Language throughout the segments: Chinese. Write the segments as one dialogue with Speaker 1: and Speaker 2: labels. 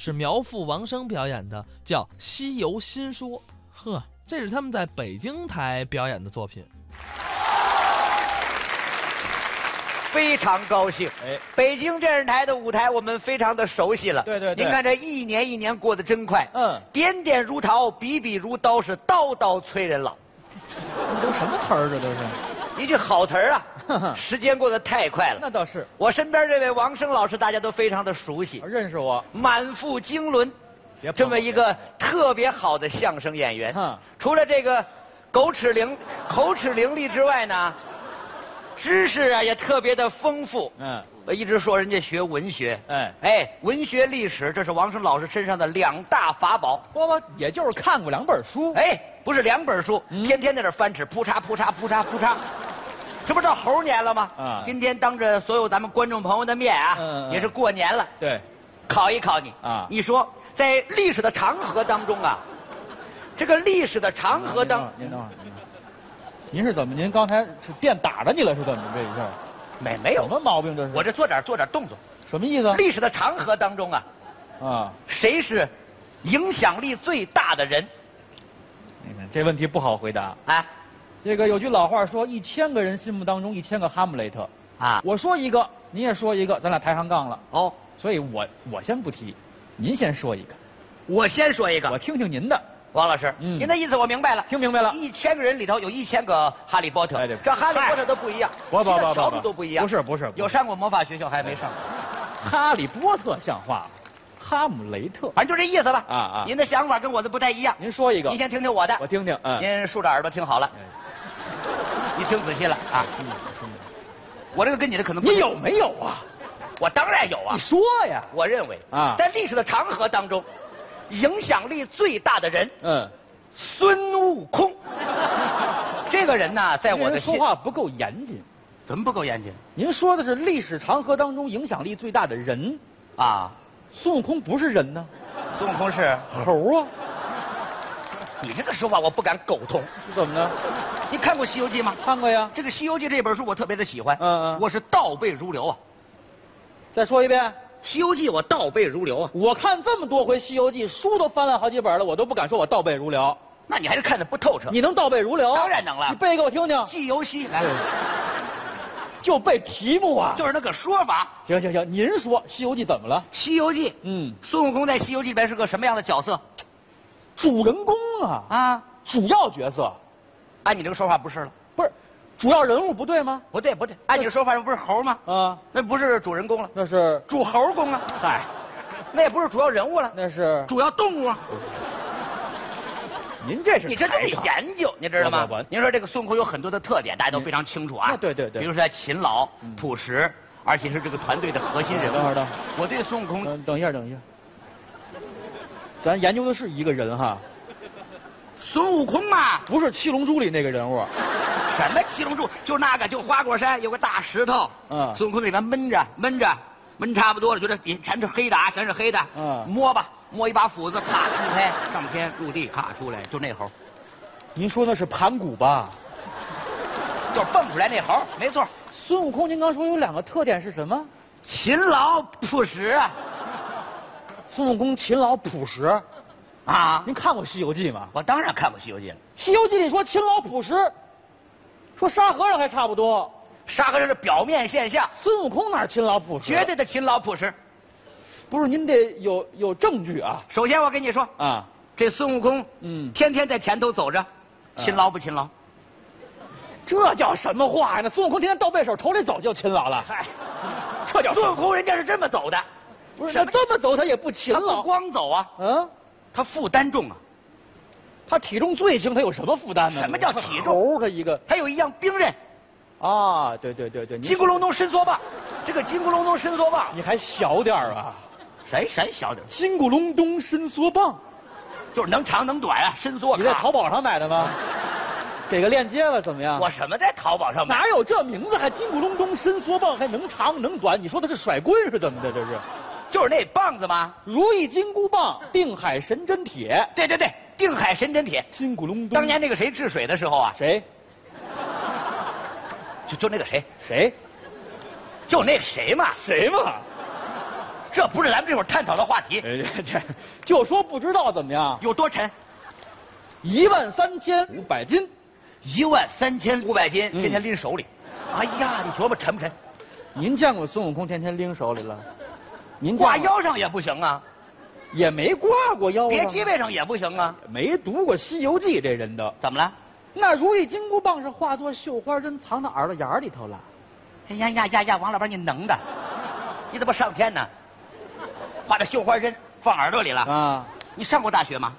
Speaker 1: 是苗阜、王声表演的，叫《西游新说》，
Speaker 2: 呵，
Speaker 1: 这是他们在北京台表演的作品。
Speaker 3: 非常高兴。
Speaker 2: 哎，
Speaker 3: 北京电视台的舞台我们非常的熟悉了。
Speaker 2: 对对对
Speaker 3: 您看这一年一年过得真快。
Speaker 2: 嗯
Speaker 3: 点点如潮，比比如刀，是刀刀催人老。
Speaker 2: 这都什么词儿？这都是，
Speaker 3: 一句好词儿 啊！时间过得太快了。
Speaker 2: 倒是
Speaker 3: 我身边这位王声老师，大家都非常的熟悉，
Speaker 2: 认识我，
Speaker 3: 满腹经纶
Speaker 2: 别，嗯
Speaker 3: 这么一个特别好的相声演员
Speaker 2: 哼。
Speaker 3: 除了这个狗齿伶口齿伶俐之外呢，知识啊也特别的丰富。
Speaker 2: 嗯，
Speaker 3: 我呃一直说人家学文学，
Speaker 2: 哎
Speaker 3: 哎，文学历史，这是王声老师身上的两大法宝。
Speaker 2: 不不，也就是看过两本书，
Speaker 3: 哎，不是两本书，
Speaker 2: 嗯
Speaker 3: 天天在这翻纸，扑嚓扑嚓扑嚓扑嚓，这不是到猴年了吗？
Speaker 2: 啊
Speaker 3: 今天当着所有咱们观众朋友的面啊，
Speaker 2: 嗯嗯嗯
Speaker 3: 也是过年了，
Speaker 2: 对，
Speaker 3: 考一考你
Speaker 2: 啊
Speaker 3: 你说在历史的长河当中啊，这个历史的长河当，
Speaker 2: 您等会儿，您等会儿，您是怎么？您刚才是电打着你了是怎么这一下？
Speaker 3: 没没有
Speaker 2: 什，么毛病哎这是？哎
Speaker 3: 我这做点做点动作。
Speaker 2: 什么意思？
Speaker 3: 历史的长河当中啊，
Speaker 2: 啊，
Speaker 3: 谁是影响力最大的人？
Speaker 2: 你看这问题不好回答。
Speaker 3: 啊
Speaker 2: 这个有句老话说，一千个人心目当中一千个哈姆雷特。
Speaker 3: 啊，
Speaker 2: 我说一个，您也说一个，咱俩抬上杠了。
Speaker 3: 哦，
Speaker 2: 所以我我先不提，您先说一个，
Speaker 3: 我先说一个，
Speaker 2: 我听听您的。
Speaker 3: 王老师，
Speaker 2: 嗯
Speaker 3: 您的意思我明白了，
Speaker 2: 听明白了
Speaker 3: 一千个人里头有一千个哈利波特，
Speaker 2: 哎对
Speaker 3: 这哈利波特都不一样，
Speaker 2: 不不不
Speaker 3: 其他
Speaker 2: 不
Speaker 3: 条
Speaker 2: 不
Speaker 3: 目都不一样。
Speaker 2: 不是不是不是哎
Speaker 3: 有上过魔法学校还没上过，
Speaker 2: 哈利波特像话吗？哈姆雷特，
Speaker 3: 反正就这意思吧。
Speaker 2: 啊啊
Speaker 3: 您的想法跟我的不太一样。
Speaker 2: 您说一个
Speaker 3: 您，先听听我的，
Speaker 2: 我听听。嗯，哎
Speaker 3: 您竖着耳朵听好了，你听仔细了啊。我这个跟你的可能不
Speaker 2: 你有？没有啊？
Speaker 3: 我当然有啊
Speaker 2: 你。说呀。
Speaker 3: 我认为
Speaker 2: 啊
Speaker 3: 在历史的长河当中，影响力最大的人
Speaker 2: 嗯，
Speaker 3: 孙悟空，这个人呢，在
Speaker 2: 在
Speaker 3: 我
Speaker 2: 我
Speaker 3: 的
Speaker 2: 的
Speaker 3: 心
Speaker 2: 说话不够严谨。
Speaker 3: 怎么不够严谨
Speaker 2: 您说的是历史长河当中影响力最大的人，
Speaker 3: 啊？
Speaker 2: 孙悟空不是人呢，
Speaker 3: 孙悟空是，
Speaker 2: 猴啊，
Speaker 3: 你这个说法我不敢苟同。
Speaker 2: 是怎么的？
Speaker 3: 你看过《西游记》吗？
Speaker 2: 看过呀。
Speaker 3: 这个《西游记》这本书我特别的喜欢，
Speaker 2: 嗯嗯
Speaker 3: 我是倒背如流啊，
Speaker 2: 再说一遍，
Speaker 3: 《西游记》我倒背如流啊。
Speaker 2: 我看这么多回《西游记》，书都翻了好几本了，我都不敢说我倒背如流。
Speaker 3: 那你还是看的不透彻。
Speaker 2: 你啊能倒背如流？
Speaker 3: 当然能了
Speaker 2: 你背给我听听。
Speaker 3: 记游戏来，
Speaker 2: 就背题目啊。
Speaker 3: 就是那个说法，
Speaker 2: 行行行，您说《西游记》怎么了？
Speaker 3: 《西游记》
Speaker 2: 嗯，
Speaker 3: 孙悟空在《西游记》里边是个什么样的角色
Speaker 2: 主人公啊，
Speaker 3: 啊？
Speaker 2: 主要角色，
Speaker 3: 按你这个说法不是了，
Speaker 2: 不是主要人物不对吗？
Speaker 3: 不对不对，按你这说法不是猴吗？
Speaker 2: 啊，
Speaker 3: 那不是主人公了，
Speaker 2: 那是，
Speaker 3: 主猴公啊，
Speaker 2: 嗨，
Speaker 3: 那也不是主要人物了，
Speaker 2: 那是，
Speaker 3: 主要动物啊。
Speaker 2: 您这是
Speaker 3: 你这得
Speaker 2: 抬杠
Speaker 3: 研究，你知道吗
Speaker 2: 不不不？
Speaker 3: 您说这个孙悟空有很多的特点，大家都非常清楚啊。
Speaker 2: 嗯那对对对
Speaker 3: 比如说他勤劳、朴实，而且是这个团队的核心人物。
Speaker 2: 等会儿等嗯会儿
Speaker 3: 我对孙悟空
Speaker 2: 等等一下，等一下，咱研究的是一个人哈，
Speaker 3: 孙悟空嘛，
Speaker 2: 不是《七龙珠》里那个人物。
Speaker 3: 什么七龙珠，就那个就花果山有个大石头，
Speaker 2: 嗯
Speaker 3: 孙悟空在里面闷着闷着，闷差不多了，觉得底全是黑的啊，全是黑的，
Speaker 2: 嗯
Speaker 3: 摸吧，摸一把斧子，啪一拍，上天入地，咔出来，就那猴，
Speaker 2: 您说那是盘古吧？
Speaker 3: 就是蹦出来那猴，没错，
Speaker 2: 孙悟空，您刚说有两个特点是什么？
Speaker 3: 勤劳朴实啊，
Speaker 2: 孙悟空勤劳朴实。
Speaker 3: 啊，
Speaker 2: 您看过《西游记》吗？
Speaker 3: 我当然看过《西游记》了。
Speaker 2: 《西游记》里说勤劳朴实，说沙和尚还差不多。
Speaker 3: 沙和尚是表面现象，
Speaker 2: 孙悟空哪儿勤劳朴实？啊
Speaker 3: 绝对的勤劳朴实。
Speaker 2: 不是，您得有有证据啊
Speaker 3: 首先，我跟你说，
Speaker 2: 啊！
Speaker 3: 这孙悟空，
Speaker 2: 嗯啊
Speaker 3: 天天在前头走着，勤劳不勤劳？
Speaker 2: 这叫什么话呀？那孙悟空天天倒背手头里走就勤劳了，
Speaker 3: 嗨，
Speaker 2: 这叫什
Speaker 3: 孙悟
Speaker 2: 么？
Speaker 3: 空人家是这么走的，
Speaker 2: 不是，
Speaker 3: 什
Speaker 2: 那
Speaker 3: 么
Speaker 2: 这么走他也不勤
Speaker 3: 他不
Speaker 2: 劳。
Speaker 3: 光走啊，
Speaker 2: 嗯。
Speaker 3: 他负担重啊。
Speaker 2: 他体重最轻，他有什么负担呢？
Speaker 3: 什么叫体重
Speaker 2: 猴儿他一个
Speaker 3: 还有一样兵刃，
Speaker 2: 啊，对对对对，您
Speaker 3: 金箍龙，咚伸缩棒。这个金箍龙咚伸缩棒，
Speaker 2: 你还小点儿啊！
Speaker 3: 谁谁晓得？
Speaker 2: 金箍隆咚伸缩棒，
Speaker 3: 就是能长能短啊，伸缩。
Speaker 2: 你在
Speaker 3: 咔
Speaker 2: 淘？宝上啊买的 吗？给个链接吧，怎么样？
Speaker 3: 我什么在淘宝上买？
Speaker 2: 哪有这名字？还金箍隆咚伸缩棒，还能长能短？你说的是甩棍是怎么的？这是
Speaker 3: 就是那棒子吗？
Speaker 2: 如意金箍棒，定海神针铁，
Speaker 3: 对对对，定海神针铁。
Speaker 2: 金箍隆咚。
Speaker 3: 当年那个谁治水的时候啊，
Speaker 2: 谁
Speaker 3: 就就那个谁，
Speaker 2: 谁
Speaker 3: 就那个谁嘛，
Speaker 2: 谁嘛？
Speaker 3: 这不是咱们这会儿探讨的话题，
Speaker 2: 哎，这就说不知道怎么样？
Speaker 3: 有多沉？
Speaker 2: 一万三千五百斤，
Speaker 3: 一万三千五百斤，
Speaker 2: 嗯
Speaker 3: 天天拎手里。哎呀，你琢磨沉不沉？
Speaker 2: 您见过孙悟空天天拎手里了？您见过
Speaker 3: 挂腰上也不行啊，
Speaker 2: 也没挂过腰啊，
Speaker 3: 别脊背上也不行啊。
Speaker 2: 没读过《西游记》这人的。
Speaker 3: 怎么了？
Speaker 2: 那如意金箍棒是化作绣花针藏到耳朵眼儿里头了。
Speaker 3: 哎呀呀呀呀！王老板，你能的，你怎么上天呢？画着绣花针放耳朵里了。
Speaker 2: 啊，
Speaker 3: 你上过大学吗？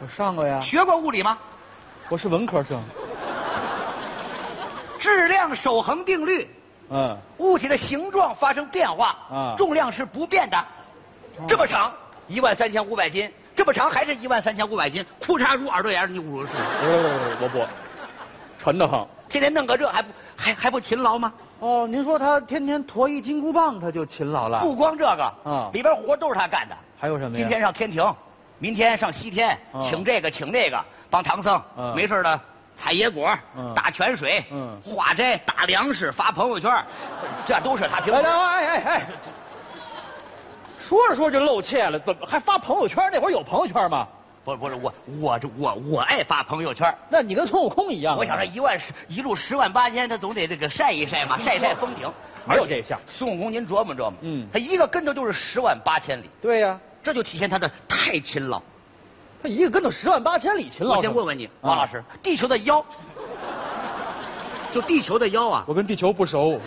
Speaker 2: 我上过呀，
Speaker 3: 学过物理吗？
Speaker 2: 我是文科生。
Speaker 3: 质量守恒定律，
Speaker 2: 嗯，
Speaker 3: 物体的形状发生变化，
Speaker 2: 啊哦
Speaker 3: 重量是不变的。这么长，一万三千五百斤，这么长还是一万三千五百斤，裤衩入耳朵眼儿，你侮辱谁？
Speaker 2: 哦我不，沉得很。
Speaker 3: 天天弄个这还不还还不勤劳吗？
Speaker 2: 哦，您说他天天驮一金箍棒，他就勤劳了？
Speaker 3: 不，光这个，
Speaker 2: 嗯
Speaker 3: 里边活都是他干的。
Speaker 2: 还有什啊么呀？
Speaker 3: 今天上天庭，明天上西天，
Speaker 2: 嗯
Speaker 3: 请这个请那个，帮唐僧，
Speaker 2: 嗯
Speaker 3: 没事的采野果、
Speaker 2: 嗯
Speaker 3: 打泉水、
Speaker 2: 嗯
Speaker 3: 化斋、打粮食、发朋友圈，这都是他平
Speaker 2: 哎
Speaker 3: 时。
Speaker 2: 哎哎哎，说着说着露怯了，怎么还发朋友圈？那会儿有朋友圈吗？
Speaker 3: 不是不是我我这我我爱发朋友圈，
Speaker 2: 那你跟孙悟空一样啊。嗯
Speaker 3: 我想这一万十一路十万八千，他总得这个晒一晒嘛，晒晒风景。
Speaker 2: 没有这项
Speaker 3: 孙悟空，您琢磨琢磨，
Speaker 2: 嗯
Speaker 3: 他一个跟头就是十万八千里，
Speaker 2: 对呀、
Speaker 3: 这就体现他的太勤劳。
Speaker 2: 他一个跟头十万八千里，勤劳。
Speaker 3: 我先问问你，王老师，
Speaker 2: 啊，
Speaker 3: 地球的 腰，就地球的腰啊，
Speaker 2: 我跟地球不熟，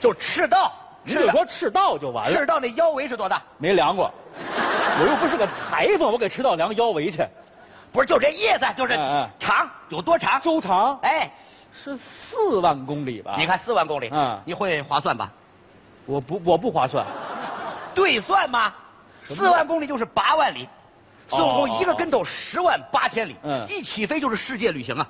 Speaker 3: 就赤道，
Speaker 2: 您
Speaker 3: 赤
Speaker 2: 就
Speaker 3: 道
Speaker 2: 说赤道就完
Speaker 3: 赤
Speaker 2: 了。
Speaker 3: 道那腰围是多大？
Speaker 2: 没量过，我又不是个裁缝，我给赤道量腰围去。
Speaker 3: 不是，就这意思，就是
Speaker 2: 哎哎
Speaker 3: 长有多长？
Speaker 2: 周长
Speaker 3: 哎，
Speaker 2: 是四万公里吧？
Speaker 3: 你，看四万公里，
Speaker 2: 嗯
Speaker 3: 你会划算吧？
Speaker 2: 我不我不划算。
Speaker 3: 对算吗？
Speaker 2: 什么
Speaker 3: 四万公里就是八万里，
Speaker 2: 哦
Speaker 3: 孙悟空一个跟头十万八千里，
Speaker 2: 嗯
Speaker 3: 一起飞就是世界旅行啊，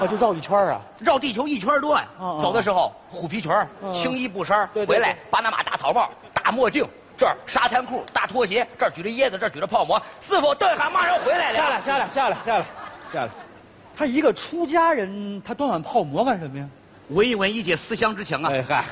Speaker 2: 啊，就绕一圈啊。
Speaker 3: 绕地球一圈多呀、
Speaker 2: 哦哦
Speaker 3: 走的时候虎皮裙儿、
Speaker 2: 嗯
Speaker 3: 青衣布衫儿，
Speaker 2: 对对
Speaker 3: 回来
Speaker 2: 对
Speaker 3: 巴拿马大草帽、大墨镜，这儿沙滩裤、大拖鞋，这儿举着椰子，这儿举着泡馍。师傅，等一下马上回来了。
Speaker 2: 下来，下来，下来，下来，下来。他一个出家人，他端碗泡馍干什么呀？
Speaker 3: 闻一闻一解思乡之情啊。
Speaker 2: 哎嗨，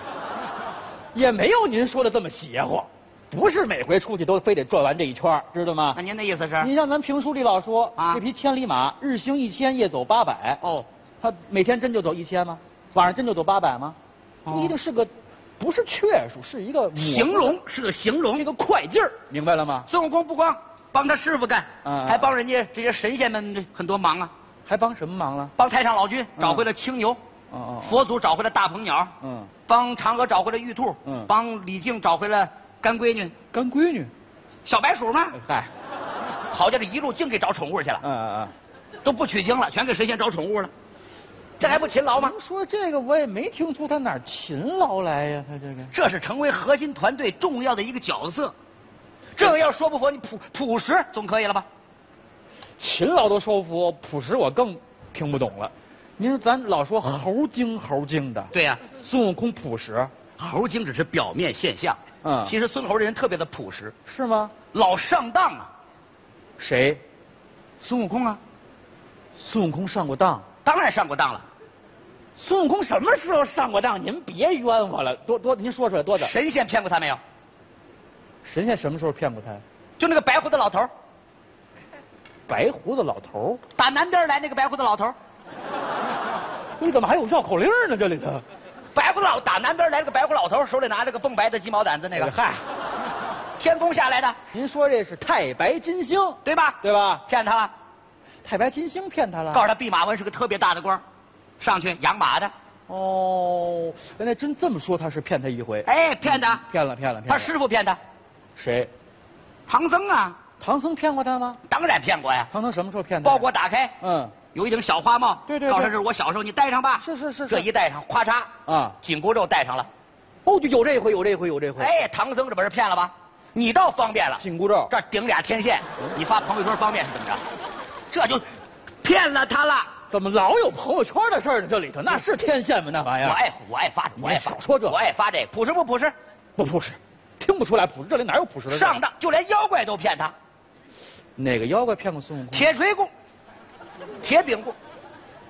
Speaker 2: 也没有您说的这么邪乎，不是每回出去都非得转完这一圈儿，知道吗
Speaker 3: 那？您的意思是？
Speaker 2: 你像咱评书里老说，
Speaker 3: 啊
Speaker 2: 这匹千里马日行一千，夜走八百，
Speaker 3: 哦，
Speaker 2: 他每天真就走一千吗？晚上真就走八百吗？
Speaker 3: 哦
Speaker 2: 不一定是个，不是确数，是一个模
Speaker 3: 形容是个形容
Speaker 2: 一。个快劲儿，明白了吗？
Speaker 3: 孙悟空不光帮他师傅干，
Speaker 2: 嗯嗯
Speaker 3: 还帮人家这些神仙们很多忙啊，
Speaker 2: 还帮什么忙了？
Speaker 3: 帮太上老君找回了青牛，
Speaker 2: 哦嗯哦，
Speaker 3: 佛祖找回了大鹏鸟，
Speaker 2: 嗯，
Speaker 3: 帮嫦娥找回了玉兔，
Speaker 2: 嗯
Speaker 3: 帮李靖找回了干闺女
Speaker 2: 干闺女，
Speaker 3: 小白鼠嘛
Speaker 2: 哎。嗨，
Speaker 3: 好家伙，这一路净给找宠物去了，
Speaker 2: 嗯嗯嗯。
Speaker 3: 都不取经了，全给神仙找宠物了，这还不勤劳吗
Speaker 2: 您？说这个我也没听出他哪儿勤劳来呀，他这个
Speaker 3: 这是成为核心团队重要的一个角色。这个要说不服，你朴朴实总可以了吧？
Speaker 2: 勤劳都说不服，朴实我更听不懂了。您说咱老说猴精猴精的，
Speaker 3: 对呀、
Speaker 2: 孙悟空朴实
Speaker 3: 猴精只是表面现象，
Speaker 2: 嗯
Speaker 3: 其实孙猴这人特别的朴实，
Speaker 2: 是吗？
Speaker 3: 老上当啊，
Speaker 2: 谁？
Speaker 3: 孙悟空啊，
Speaker 2: 孙悟空上过当？
Speaker 3: 当然上过当了，
Speaker 2: 孙悟空什么时候上过当？您别冤枉了，多多您说出来多点。
Speaker 3: 神仙骗过他没有？
Speaker 2: 神仙什么时候骗过他？
Speaker 3: 就那个白胡子老头儿，
Speaker 2: 白胡子老头儿，
Speaker 3: 打南边来那个白胡子老头儿，
Speaker 2: 你怎么还有绕口令呢？这里头，
Speaker 3: 白胡子老打南边来了个白胡子老头儿，手里拿着个蹦白的鸡毛掸子那个，
Speaker 2: 哎嗨，
Speaker 3: 天宫下来的，
Speaker 2: 您说这是太白金星
Speaker 3: 对吧？
Speaker 2: 对吧？
Speaker 3: 骗他了，
Speaker 2: 啊太白金星骗他了。
Speaker 3: 告诉他弼马温是个特别大的官儿，上去养马的，
Speaker 2: 哦，原来真这么说，他是骗他一回。
Speaker 3: 哎，骗他，
Speaker 2: 骗了，骗了，骗了。
Speaker 3: 他师傅骗他，
Speaker 2: 谁？
Speaker 3: 唐僧啊，
Speaker 2: 唐僧骗过他吗？
Speaker 3: 当然骗过呀，
Speaker 2: 唐僧什么时候骗他？
Speaker 3: 包裹。打开，
Speaker 2: 嗯，
Speaker 3: 有一顶小花帽，
Speaker 2: 对对对
Speaker 3: 告诉他这是我小时候，你戴上吧。
Speaker 2: 是是是是
Speaker 3: 这一戴上，咔嚓，
Speaker 2: 啊，
Speaker 3: 紧箍咒戴上了。
Speaker 2: 哦，就有这回，有这回，有这回。，
Speaker 3: 哎，唐僧这不是骗了吧？你倒方便了，
Speaker 2: 紧箍咒
Speaker 3: 这儿顶俩天线，你发朋友圈方便是怎么着？这就骗了他了。
Speaker 2: 怎么老有朋友圈的事儿呢？这里头那是天线吗？那玩意
Speaker 3: 我
Speaker 2: 儿。
Speaker 3: 爱我爱发，我爱
Speaker 2: 你
Speaker 3: 发，
Speaker 2: 少说这
Speaker 3: 我爱发这朴实不朴实？
Speaker 2: 不朴实，听不出来朴实，这里哪有朴实的事儿
Speaker 3: 上当，就连妖怪都骗他。
Speaker 2: 哪个妖怪骗过孙悟空？
Speaker 3: 铁锤棍、铁饼棍、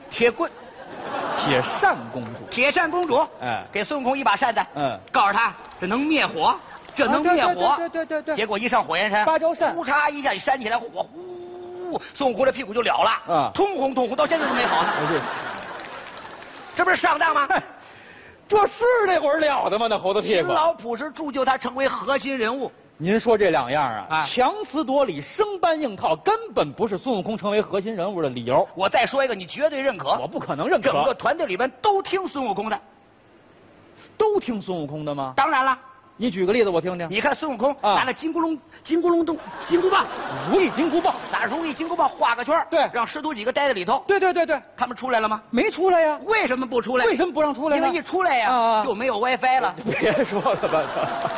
Speaker 3: 铁棍、
Speaker 2: 铁扇公主，
Speaker 3: 铁扇公主，
Speaker 2: 哎
Speaker 3: 给孙悟空一把扇子，
Speaker 2: 嗯
Speaker 3: 告诉他这能灭火，这能灭火，
Speaker 2: 啊对对对对对对
Speaker 3: 结果一上火焰山，
Speaker 2: 芭蕉扇
Speaker 3: 呼嚓一下一扇起来，火呼，孙悟空这屁股就了了，
Speaker 2: 啊
Speaker 3: 通红通红，到现在都没好呢，
Speaker 2: 不是，
Speaker 3: 这不是上当吗？
Speaker 2: 这是那会儿了的吗？那猴子屁
Speaker 3: 勤
Speaker 2: 股。
Speaker 3: 劳朴实铸就他成为核心人物，
Speaker 2: 您说这两样啊，
Speaker 3: 啊
Speaker 2: 强词夺理、生搬硬套，根本不是孙悟空成为核心人物的理由。
Speaker 3: 我再说一个，你绝对认可，
Speaker 2: 我不可能认可。
Speaker 3: 整个团队里边都听孙悟空的，
Speaker 2: 都听孙悟空的吗？
Speaker 3: 当然了。
Speaker 2: 你举个例子我听听。
Speaker 3: 你看孙悟空
Speaker 2: 啊
Speaker 3: 拿着金箍龙、金箍龙洞、金箍棒，
Speaker 2: 如意金箍棒。
Speaker 3: 拿如意金箍棒画个圈儿
Speaker 2: 对
Speaker 3: 让师徒几个待在里头，
Speaker 2: 对对对对，
Speaker 3: 他们出来了吗？
Speaker 2: 没出来 呀。
Speaker 3: 为什么不出来？
Speaker 2: 为什么不让出来呢
Speaker 3: 因为一出来呀、
Speaker 2: 啊啊
Speaker 3: 就没有 WiFi 了。
Speaker 2: 别说了吧。